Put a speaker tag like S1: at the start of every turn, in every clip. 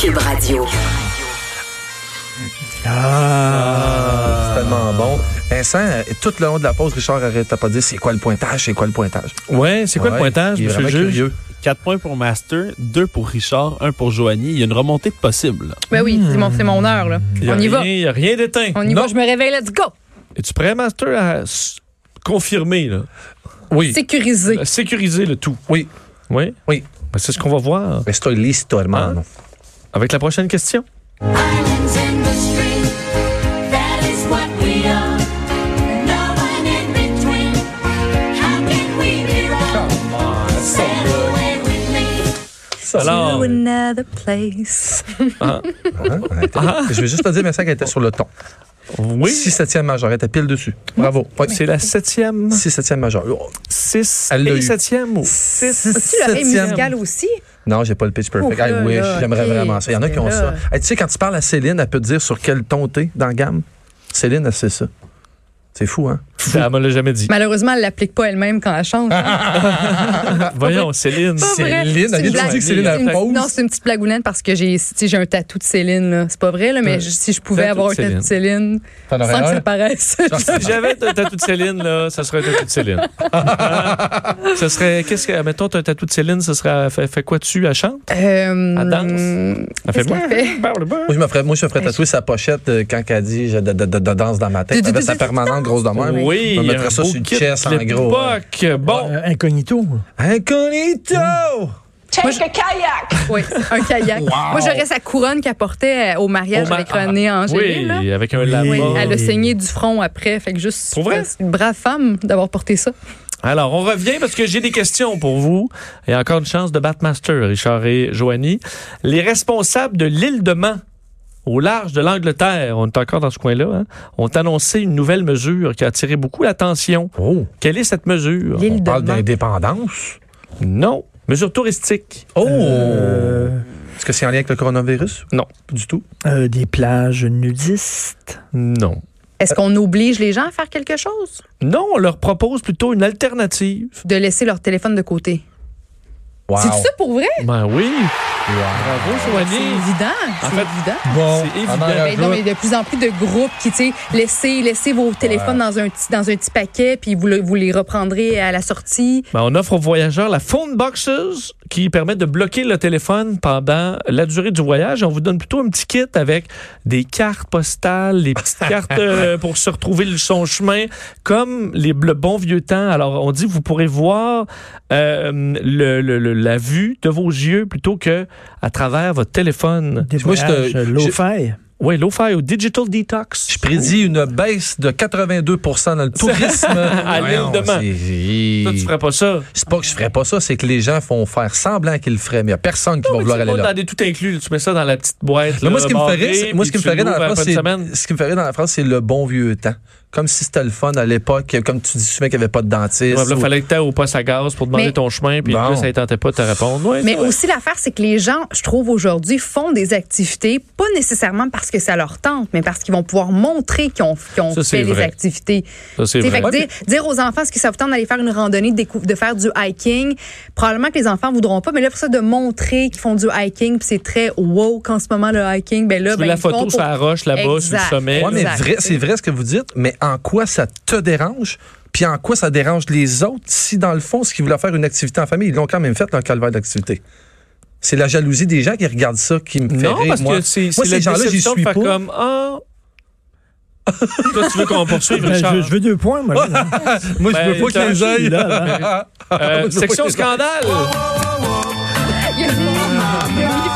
S1: Cube Radio.
S2: Ah, c'est tellement bon. Vincent, euh, tout le long de la pause, Richard arrête pas de dire c'est quoi le pointage, c'est quoi le pointage.
S3: Ouais, c'est quoi
S2: Ouais,
S3: le pointage,
S2: il est
S3: monsieur le
S2: vraiment
S3: juge?
S2: curieux.
S3: 4 points pour Master, 2 pour Richard, 1 pour Joanie. Il y a une remontée de possible. là.
S4: Ben oui, c'est mon, c'est mon heure, là.
S5: Il y a
S4: On y
S5: rien,
S4: va.
S5: Il n'y a rien d'éteint.
S4: On y
S5: Hmm. Non.
S4: va, je me réveille, let's go!
S5: Es-tu prêt, Master, à s- confirmer, là? Oui.
S4: Sécurisé.
S5: À Sécuriser le tout. Oui. Oui?
S2: Oui.
S5: Ben, c'est ce qu'on va voir
S2: Mais c'est toi l'histoire, man.
S3: Ah,
S5: avec la prochaine question.
S6: Islands in the stream, that is what we are. No one in between. How can we be wrong? Sail away with me.
S5: Alors,
S4: Another place.
S2: hein? Ouais, t'es-
S3: Ah,
S2: Je vais juste te dire, Vincent, qu'elle était sur le ton.
S5: oui,
S2: 6 septième majeur, elle était pile dessus. Bravo. Ouais.
S5: c'est la septième,
S2: 6 septième majeur. Oh.
S5: 6
S2: Elle l'a
S5: et
S2: eu.
S5: septième. ou-
S2: Six,
S4: Tu la ré
S2: septième.
S4: musicale aussi?
S2: Non, j'ai pas le pitch perfect.
S4: Ouf, là,
S2: I wish.
S4: là,
S2: J'aimerais
S4: ok.
S2: vraiment ça. Il y en a qui ont
S4: Là.
S2: ça. Hey, tu sais, quand tu parles à Céline, elle peut te dire sur quel ton t'es dans la gamme. Céline, elle sait ça. C'est fou, hein?
S5: Ça, Elle me l'a jamais dit.
S4: Malheureusement, elle l'applique pas elle-même quand elle chante. hein.
S5: Ah, Voyons, Ah, Céline.
S4: Pas
S5: c'est-
S4: vrai.
S2: Céline,
S4: C'est
S2: elle
S4: une
S2: vient de
S4: blague.
S2: dire que Céline, elle
S4: C'est une-
S2: pose.
S4: Non, c'est une petite blagounette parce que j'ai tu sais, j'ai un tatou de Céline. là. C'est pas vrai, là, mais
S5: Ouais.
S4: je- si je pouvais
S5: Tatou
S4: avoir
S5: de
S4: un tatou de Céline,
S2: T'en aurais
S4: sans que
S2: un?
S4: ça paraisse.
S5: Si j'avais un tatou de Céline, là, ça serait un tatou de Céline. Ah, Ce serait, qu'est-ce que, mettons, t'as un tatou de Céline, ça serait, elle fait, fait quoi dessus? Elle chante?
S4: Euh,
S5: Elle danse? Elle fait
S4: qu'est-ce qu'elle fait?
S2: Moi, je me ferais, moi, je me ferais tatouer sa pochette euh, quand elle dit je de, de- de- de danse dans ma tête.
S4: Du-
S2: Avec
S4: du-
S2: sa
S4: du-
S2: permanente grosse de même.
S5: Oui,
S2: Je me
S5: il y a
S2: mettrais
S5: un
S2: ça
S5: beau
S2: sur le
S5: kit
S2: chest, en
S5: de
S2: gros. hein.
S5: l'époque. Bon,
S7: Euh, incognito.
S2: Incognito!
S4: Oui, un kayak. Moi, j'aurais sa couronne qu'elle portait euh, au mariage
S5: Au ma-
S4: avec René Angélil. là.
S5: oui, avec un
S7: Oui.
S5: lama.
S4: Oui,
S7: Oh.
S4: elle a saigné du front après. Fait que juste.
S5: Pour vrai?
S4: C'est une brave femme d'avoir porté ça.
S5: Alors, on revient parce que j'ai des questions pour vous. Et encore une chance de battre Master, Richard et Joanie. Les responsables de l'île de Man, au large de l'Angleterre, on est encore dans ce coin-là, hein, ont annoncé une nouvelle mesure qui a attiré beaucoup l'attention.
S2: Oh,
S5: Quelle est cette mesure?
S4: L'île
S2: on
S4: de
S2: parle
S4: Man.
S2: d'indépendance.
S5: Non. Mesure touristique.
S2: Oh!
S7: Euh,
S2: Est-ce que c'est en lien avec le coronavirus?
S5: Non.
S2: Pas du tout.
S7: euh, des plages nudistes.
S5: Non.
S4: Est-ce qu'on oblige les gens à faire quelque chose?
S5: Non, on leur propose plutôt une alternative.
S4: De laisser leur téléphone de côté.
S2: Wow.
S4: C'est ça pour vrai?
S5: Ben oui.
S2: Wow.
S5: Bravo,
S4: C'est
S5: Joanie.
S4: évident.
S5: En
S4: C'est
S5: fait, euh,
S4: évident.
S2: Bon,
S5: C'est évident.
S2: on en
S4: Ben non,
S2: rajoute.
S4: mais de plus en plus de groupes qui, tu sais, laissez, laissez vos téléphones dans un petit dans un petit paquet, puis vous, le- vous les reprendrez à la sortie.
S5: Ben, on offre aux voyageurs la phone boxes qui permettent de bloquer le téléphone pendant la durée du voyage. On vous donne plutôt un petit kit avec des cartes postales, des petites cartes euh, pour se retrouver le- son chemin, comme les, le bon vieux temps. Alors, on dit vous pourrez voir euh, le- le- le- la vue de vos yeux plutôt que à travers votre téléphone.
S7: Des
S2: Moi, je te-
S7: voyages euh,
S2: je-
S7: low-fi.
S5: Oui, l'OFI au Digital Detox.
S2: Je prédis une baisse de 82 dans le tourisme.
S5: À l'île de Man. Toi, tu
S2: Man.
S5: ferais pas ça.
S2: C'est pas que je ferais pas ça, c'est que les gens font faire semblant qu'ils le feraient, mais il n'y a personne qui va
S5: Mais
S2: vouloir
S5: tu
S2: aller
S5: vas
S2: là.
S5: dans des tout inclus, tu mets ça dans la petite boîte. là,
S2: Mais moi, ce qui me
S5: barrée,
S2: ferait, c'est- moi, ce qui me
S5: puis
S2: ferait
S5: tu
S2: dans la
S5: l'ouvres
S2: phrase,
S5: après une semaine.
S2: c'est, ce qui me ferait dans la phrase, c'est le bon vieux temps. Comme si c'était le fun à l'époque, comme tu dis souvent qu'il n'y avait pas de dentiste.
S5: Il
S2: ou-
S5: fallait que tu au poste à gaz pour demander
S4: Mais-
S5: ton chemin, puis
S2: Bon.
S5: là, ça ne tentait pas de te répondre. Ouais,
S4: Mais
S5: ça, ouais.
S4: aussi l'affaire, c'est que les gens, je trouve aujourd'hui, font des activités pas nécessairement parce que ça leur tente, mais parce qu'ils vont pouvoir montrer qu'ils ont, qu'ils ont
S5: Ça, c'est
S4: fait les
S5: vrai.
S4: activités.
S5: ça, c'est
S4: T'sais,
S5: vrai.
S4: fait que dire, dire aux enfants ce que ça vous tente d'aller faire une randonnée, de, décou- de faire du hiking, probablement que les enfants voudront pas, mais là, pour ça, de montrer qu'ils font du hiking, puis c'est très wow qu'en ce moment, le hiking, ben là,
S5: Tu veux
S4: ben,
S5: la
S4: ils font
S5: photo
S4: pour-
S5: sur la roche, là-bas, sur le
S4: Exact.
S5: sommet.
S2: Ouais, mais
S4: Exact.
S2: vrai- c'est vrai ce que vous dites, mais en quoi ça te dérange? Puis en quoi ça dérange les autres si, dans le fond, ce qu'ils voulaient faire une activité en famille, ils l'ont quand même fait, leur calvaire d'activité? C'est la jalousie des gens qui regardent ça qui me fait
S5: Non,
S2: rire.
S5: parce
S2: moi.
S5: que c'est
S2: moi,
S5: c'est
S2: ces
S5: la
S2: gens-là, j'y
S5: déception de
S2: suis pas.
S5: faire comme... Ah... Toi, tu veux qu'on poursuive,
S7: Ben,
S5: Richard?
S7: je, je veux deux points, moi. là.
S2: Moi,
S5: Ben,
S2: je veux pas
S5: t'as-
S2: qu'ils aillent.
S7: là, là. Ah,
S5: Euh, section scandale!
S4: Il y a-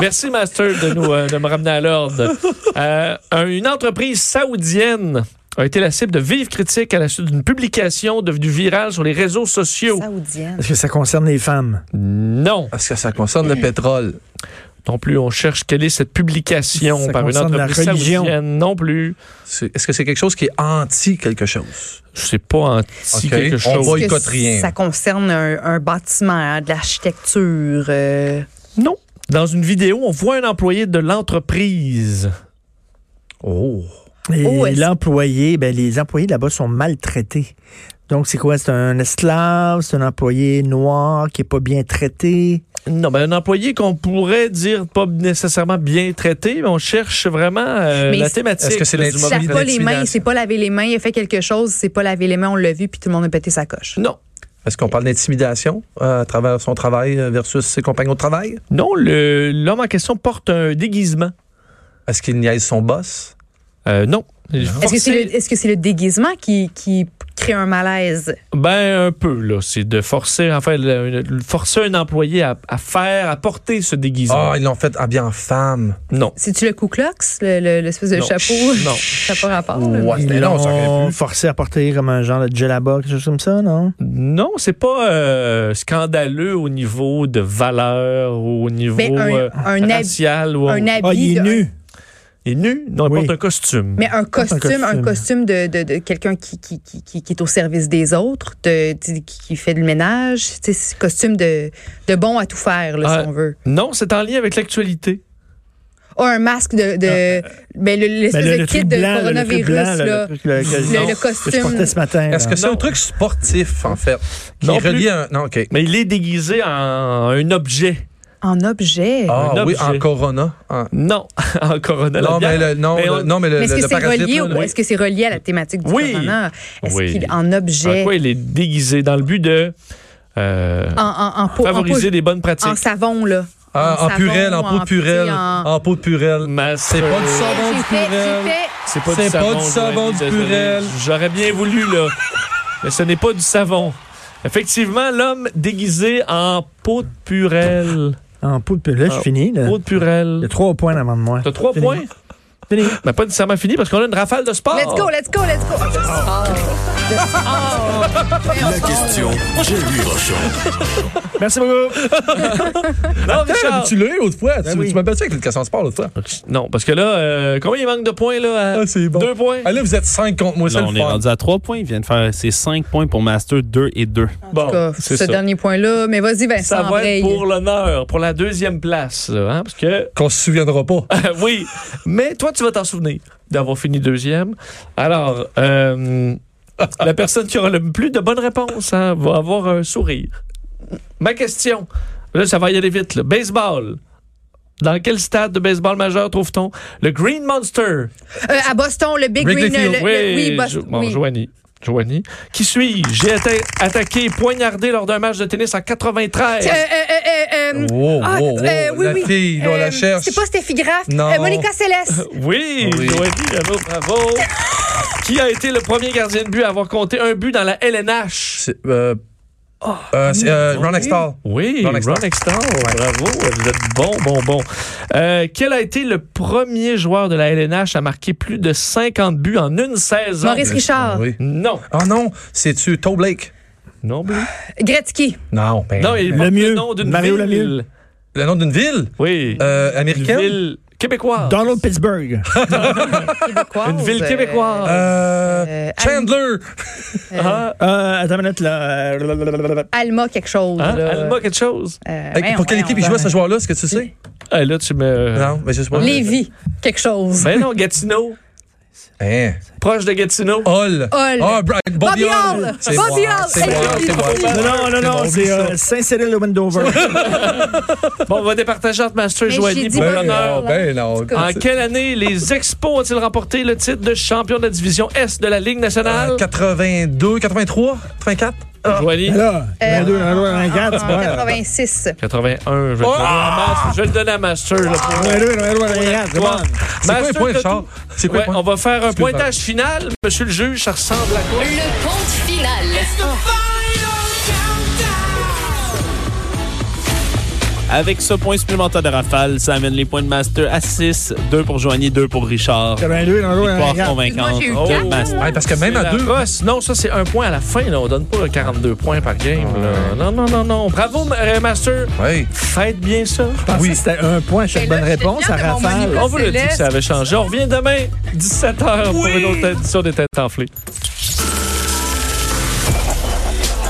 S5: Merci, Master, de, nous, euh, de me ramener à l'ordre. Euh, un- une entreprise saoudienne a été la cible de vives critiques à la suite d'une publication devenue virale sur les réseaux sociaux.
S4: Saoudienne.
S7: Est-ce que ça concerne les femmes?
S5: Non.
S2: Parce que ça concerne le pétrole.
S5: Non plus, on cherche quelle est cette publication
S7: Ça
S5: par une
S7: concerne la
S5: entreprise
S7: religion.
S5: saoudienne. Non plus.
S2: C'est- Est-ce que c'est quelque chose qui est anti quelque chose?
S5: C'est pas anti
S2: Ok,
S5: quelque
S2: on
S5: chose.
S2: va-
S4: Est-ce que
S2: boycotte rien.
S4: Ça concerne un, un bâtiment, hein, de l'architecture. euh,
S5: Non. Dans une vidéo, on voit un employé de l'entreprise
S2: Oh.
S7: Et
S4: Oh, est-ce-
S7: l'employé, ben, les employés là-bas sont maltraités. Donc, c'est quoi? C'est un esclave, c'est un employé noir qui est pas bien traité.
S5: Non, ben, un employé qu'on pourrait dire pas nécessairement bien traité, mais on cherche vraiment euh,
S4: Mais
S5: la
S4: c'est-
S5: thématique.
S2: Est-ce que c'est
S5: là,
S2: l'intimidation?
S4: Il lave pas les mains,
S2: L'intimidation.
S4: il s'est pas lavé les mains, il a fait quelque chose, il s'est pas lavé les mains, on l'a vu, puis tout le monde a pété sa coche.
S5: Non.
S2: Est-ce qu'on parle d'intimidation euh, à travers son travail euh, versus ses compagnons de travail?
S5: Non, le- l'homme en question porte un déguisement.
S2: Est-ce qu'il niaise son boss?
S5: Euh, non.
S4: Est-ce que
S5: Forcé-
S4: c'est le, est-ce que c'est le déguisement qui, qui crée un malaise?
S5: Ben, un peu, là. C'est de forcer, enfin, le- le- forcer un employé à, à faire, à porter ce
S2: Ah,
S5: déguisement.
S2: ils l'ont fait habillé en femme.
S5: Non.
S4: C'est-tu le Ku Klux, le- le- l'espèce de
S5: Non.
S4: chapeau?
S5: Non.
S4: Ça n'a pas rapport. là.
S2: Ouais,
S7: Ils
S2: Ah, mais non, ça aurait
S7: l'ont
S2: pu.
S7: forcé à porter comme un genre de djellaba, quelque chose comme ça, non?
S5: Non, c'est pas euh, scandaleux au niveau de valeur, au niveau
S4: Mais un,
S5: euh,
S4: un hab-
S5: racial. Ou
S4: un habit.
S7: Ah, il est
S4: de-
S7: nu.
S5: Il est nu, non, il
S7: Oui.
S5: porte un costume.
S4: Mais un
S7: Porte un
S4: costume, un costume,
S7: costume.
S4: de, de- de quelqu'un qui, qui, qui, qui- qui est au service des autres, de, qui, qui fait le ménage, tu sais, c'est un costume de, de bon à tout faire, là,
S5: Ah.
S4: si on veut.
S5: Non, c'est en lien avec l'actualité.
S4: Oh, un masque de. de ben, le- l'espèce
S7: Ben,
S4: de kit de
S7: là, le truc
S4: coronavirus,
S7: blanc, là,
S4: là.
S7: le truc, le-
S4: Le-
S7: non,
S4: le
S7: que je portais
S4: costume.
S7: ce matin.
S2: Est-ce
S7: là.
S2: que c'est un truc sportif, en fait? Qui
S5: Non
S2: est relié
S5: plus.
S2: à un. Non, OK.
S5: Mais il est déguisé en un objet.
S4: En objet.
S2: Ah
S5: Un
S2: oui,
S5: objet.
S2: en corona. En-
S5: Non, en Corona. la
S2: Non,
S5: bière.
S2: mais le, non,
S5: Mais on-
S2: le- non, mais le,
S4: Mais est-ce
S2: le-
S4: que
S2: le
S4: c'est
S2: parasite,
S4: relié,
S2: là,
S4: au- est-ce que c'est relié à la thématique du
S5: Oui.
S4: corona? Est-ce
S5: Oui.
S4: qu'il en
S5: En
S4: objet?
S5: quoi il est déguisé? Dans le but de euh,
S4: En, en, en, peau- en, peau-
S5: favoriser les bonnes pratiques.
S4: en savon, là.
S2: Ah, en,
S4: savon,
S2: purel, en peau de purel.
S4: tu sais, en-
S2: En peau de purel.
S5: Mais
S2: C'est pas du savon
S4: J'ai
S2: de
S4: fait- j'ai
S2: purel.
S4: fait-
S5: C'est
S2: C'est pas du
S5: Joanie,
S2: savon du
S5: désolé.
S2: Purel.
S5: J'aurais bien voulu, là. Mais ce n'est pas du savon. Effectivement, l'homme déguisé en peau de Purel.
S7: En peau de... Là, je
S5: Ah,
S7: finis. Là.
S5: Peau de
S7: Il y a
S5: Purel.
S7: trois points en avant de moi.
S5: T'as trois
S7: Fini.
S5: points?
S7: Fini.
S5: Mais pas nécessairement fini parce qu'on a une rafale de sport.
S4: Let's go, let's go, let's go.
S1: La question, Jerry Rochon.
S7: Merci beaucoup.
S5: Non, Richard.
S2: Tu l'as eu autrefois. Tu,
S7: Ben oui.
S2: tu m'as battu avec le question de sport l'autre fois.
S5: Non, parce que là, euh, combien il manque de points, là? à-
S2: Ah, c'est bon.
S5: Deux points?
S2: Ah, là, vous êtes 5 contre moi, c'est
S3: Là, on
S2: le
S3: est
S2: fun.
S3: rendu à 3 points. Il vient de faire ses 5 points pour Master 2 et 2.
S5: Bon,
S4: cas, ce
S5: c'est ça.
S4: dernier point-là. Mais vas-y, Vincent.
S5: Ça va
S4: Breil.
S5: être pour l'honneur, pour la deuxième place, là, hein, parce que
S2: Qu'on se souviendra pas.
S5: oui, mais toi, tu vas t'en souvenir d'avoir fini deuxième. Alors, euh, la personne qui aura le plus de bonnes réponses hein, va avoir un sourire. Ma question, là, ça va y aller vite. là. Baseball. Dans quel stade de baseball majeur trouve-t-on le Green Monster?
S4: Euh, à Boston, le Big
S2: Wrigley
S4: Green. le-
S2: Field.
S4: le- oui,
S5: Jo-
S4: Boston.
S5: bon,
S4: oui.
S5: Joanie. Joanie. Qui suis-je? J'ai été attaqué et poignardé lors d'un match de tennis en
S4: Euh,
S5: 93.
S4: euh, euh, euh, euh,
S2: Wow,
S4: ah,
S2: wow, wow.
S4: euh, oui,
S2: la
S4: oui.
S2: fille, là, on
S4: Euh,
S2: la cherche.
S4: C'est pas Steffi Graff.
S2: Non.
S4: Euh, Monica Seles.
S5: Oui,
S2: Oui.
S5: Joanie, bravo, bravo. Qui a été le premier gardien de but à avoir compté un but dans la LNH?
S2: C'est, euh, euh, c'est, euh, Ron Extall.
S5: Oui,
S2: Ron
S5: Ron
S2: Extall.
S5: Extall. Bravo, vous êtes bon, bon, bon. Euh, quel a été le premier joueur de la LNH à marquer plus de 50 buts en une saison?
S4: Maurice Richard.
S2: Oui.
S5: Non,
S2: Oh non, c'est-tu Toe Blake?
S5: non, Blue.
S4: Gretzky.
S2: Non, ben,
S5: Non, il porte
S7: Lemieux.
S5: le nom d'une
S7: Mario
S5: ville.
S7: Lemieux.
S2: Le nom d'une ville
S5: Oui,
S2: euh,
S5: une
S2: américaine?
S5: ville québécoise.
S7: Donald Pittsburgh.
S4: Québécoise.
S5: Une ville
S4: Euh,
S5: québécoise.
S2: Euh,
S4: Euh,
S2: Chandler.
S5: Ah,
S7: Euh, attends une minute, là. Euh,
S4: Alma quelque chose.
S5: hein,
S4: là.
S5: Alma, quelque chose.
S4: Euh,
S2: Hey,
S4: voyons,
S2: pour quelle
S4: voyons,
S2: équipe il jouait ce joueur-là, est-ce que tu sais?
S5: Ah, là, tu me...
S2: Non, mais je sais pas.
S4: Lévis quelque chose.
S5: Ben non, Gatineau.
S2: Hein.
S5: Proche de Gatineau.
S2: Hall.
S4: Hall.
S2: Ah, Bra- Bobby,
S4: Bobby
S2: Hall.
S4: Hall.
S2: C'est
S4: Bobby
S2: moi,
S4: Hall.
S2: C'est
S4: Hey,
S2: moi,
S4: Bobby
S2: c'est moi.
S4: Hall.
S7: Non, non, non,
S2: bon,
S7: non, c'est
S2: oublie
S7: euh, Saint-Cyril-Wendover.
S5: Bon, on va départager entre Master et
S4: Mais j'ai
S5: Joanie
S4: dit
S5: pour
S4: Bobby
S2: Ben
S5: l'honneur.
S2: non, ben non.
S5: En quelle année les Expos ont-ils remporté le titre de champion de la division S de la Ligue nationale?
S2: Euh, 82, 83, 84?
S5: Joanie?
S7: Là,
S4: Euh, ah,
S7: 22, 24, c'est
S4: En
S7: pas
S4: 86.
S5: 81. Je vais,
S2: Ah!
S5: le donner à Master. je vais le donner à Master. là,
S4: ah,
S5: pour
S7: 22, 24, c'est
S5: toi.
S7: bon.
S2: C'est quoi un
S5: Master,
S2: point,
S5: t'as
S2: Richard?
S5: tout.
S2: C'est quoi un
S5: Ouais, on
S2: point?
S5: va faire un
S2: Excuse-moi.
S5: pointage final. Monsieur le juge, ça ressemble à quoi?
S6: Le compte final.
S3: Avec ce point supplémentaire de rafale, ça amène les points de Master à 6. 2 pour Joanie, 2 pour Richard.
S7: 82, 22,
S3: Victoire
S7: 24.
S3: convaincante
S4: Excuse-moi, j'ai eu
S3: de
S4: quatre,
S3: Master.
S2: Ouais, parce que même
S5: C'est
S2: à
S5: la
S2: deux.
S5: rosse. Non, ça, c'est un point à la fin. Là. On donne pas 42 points par game. là. Non, non, non, non. Bravo, euh, Master.
S2: Ouais.
S5: Faites bien ça.
S7: Je pensais que c'était un point à chaque
S4: Mais là,
S7: bonne
S4: j'étais
S7: réponse à
S4: fière de mon
S7: Raphaël.
S4: manip.
S5: On vous l'a dit que
S4: Céleste.
S5: ça avait changé. On revient demain, 17h, pour une autre édition des Têtes enflées.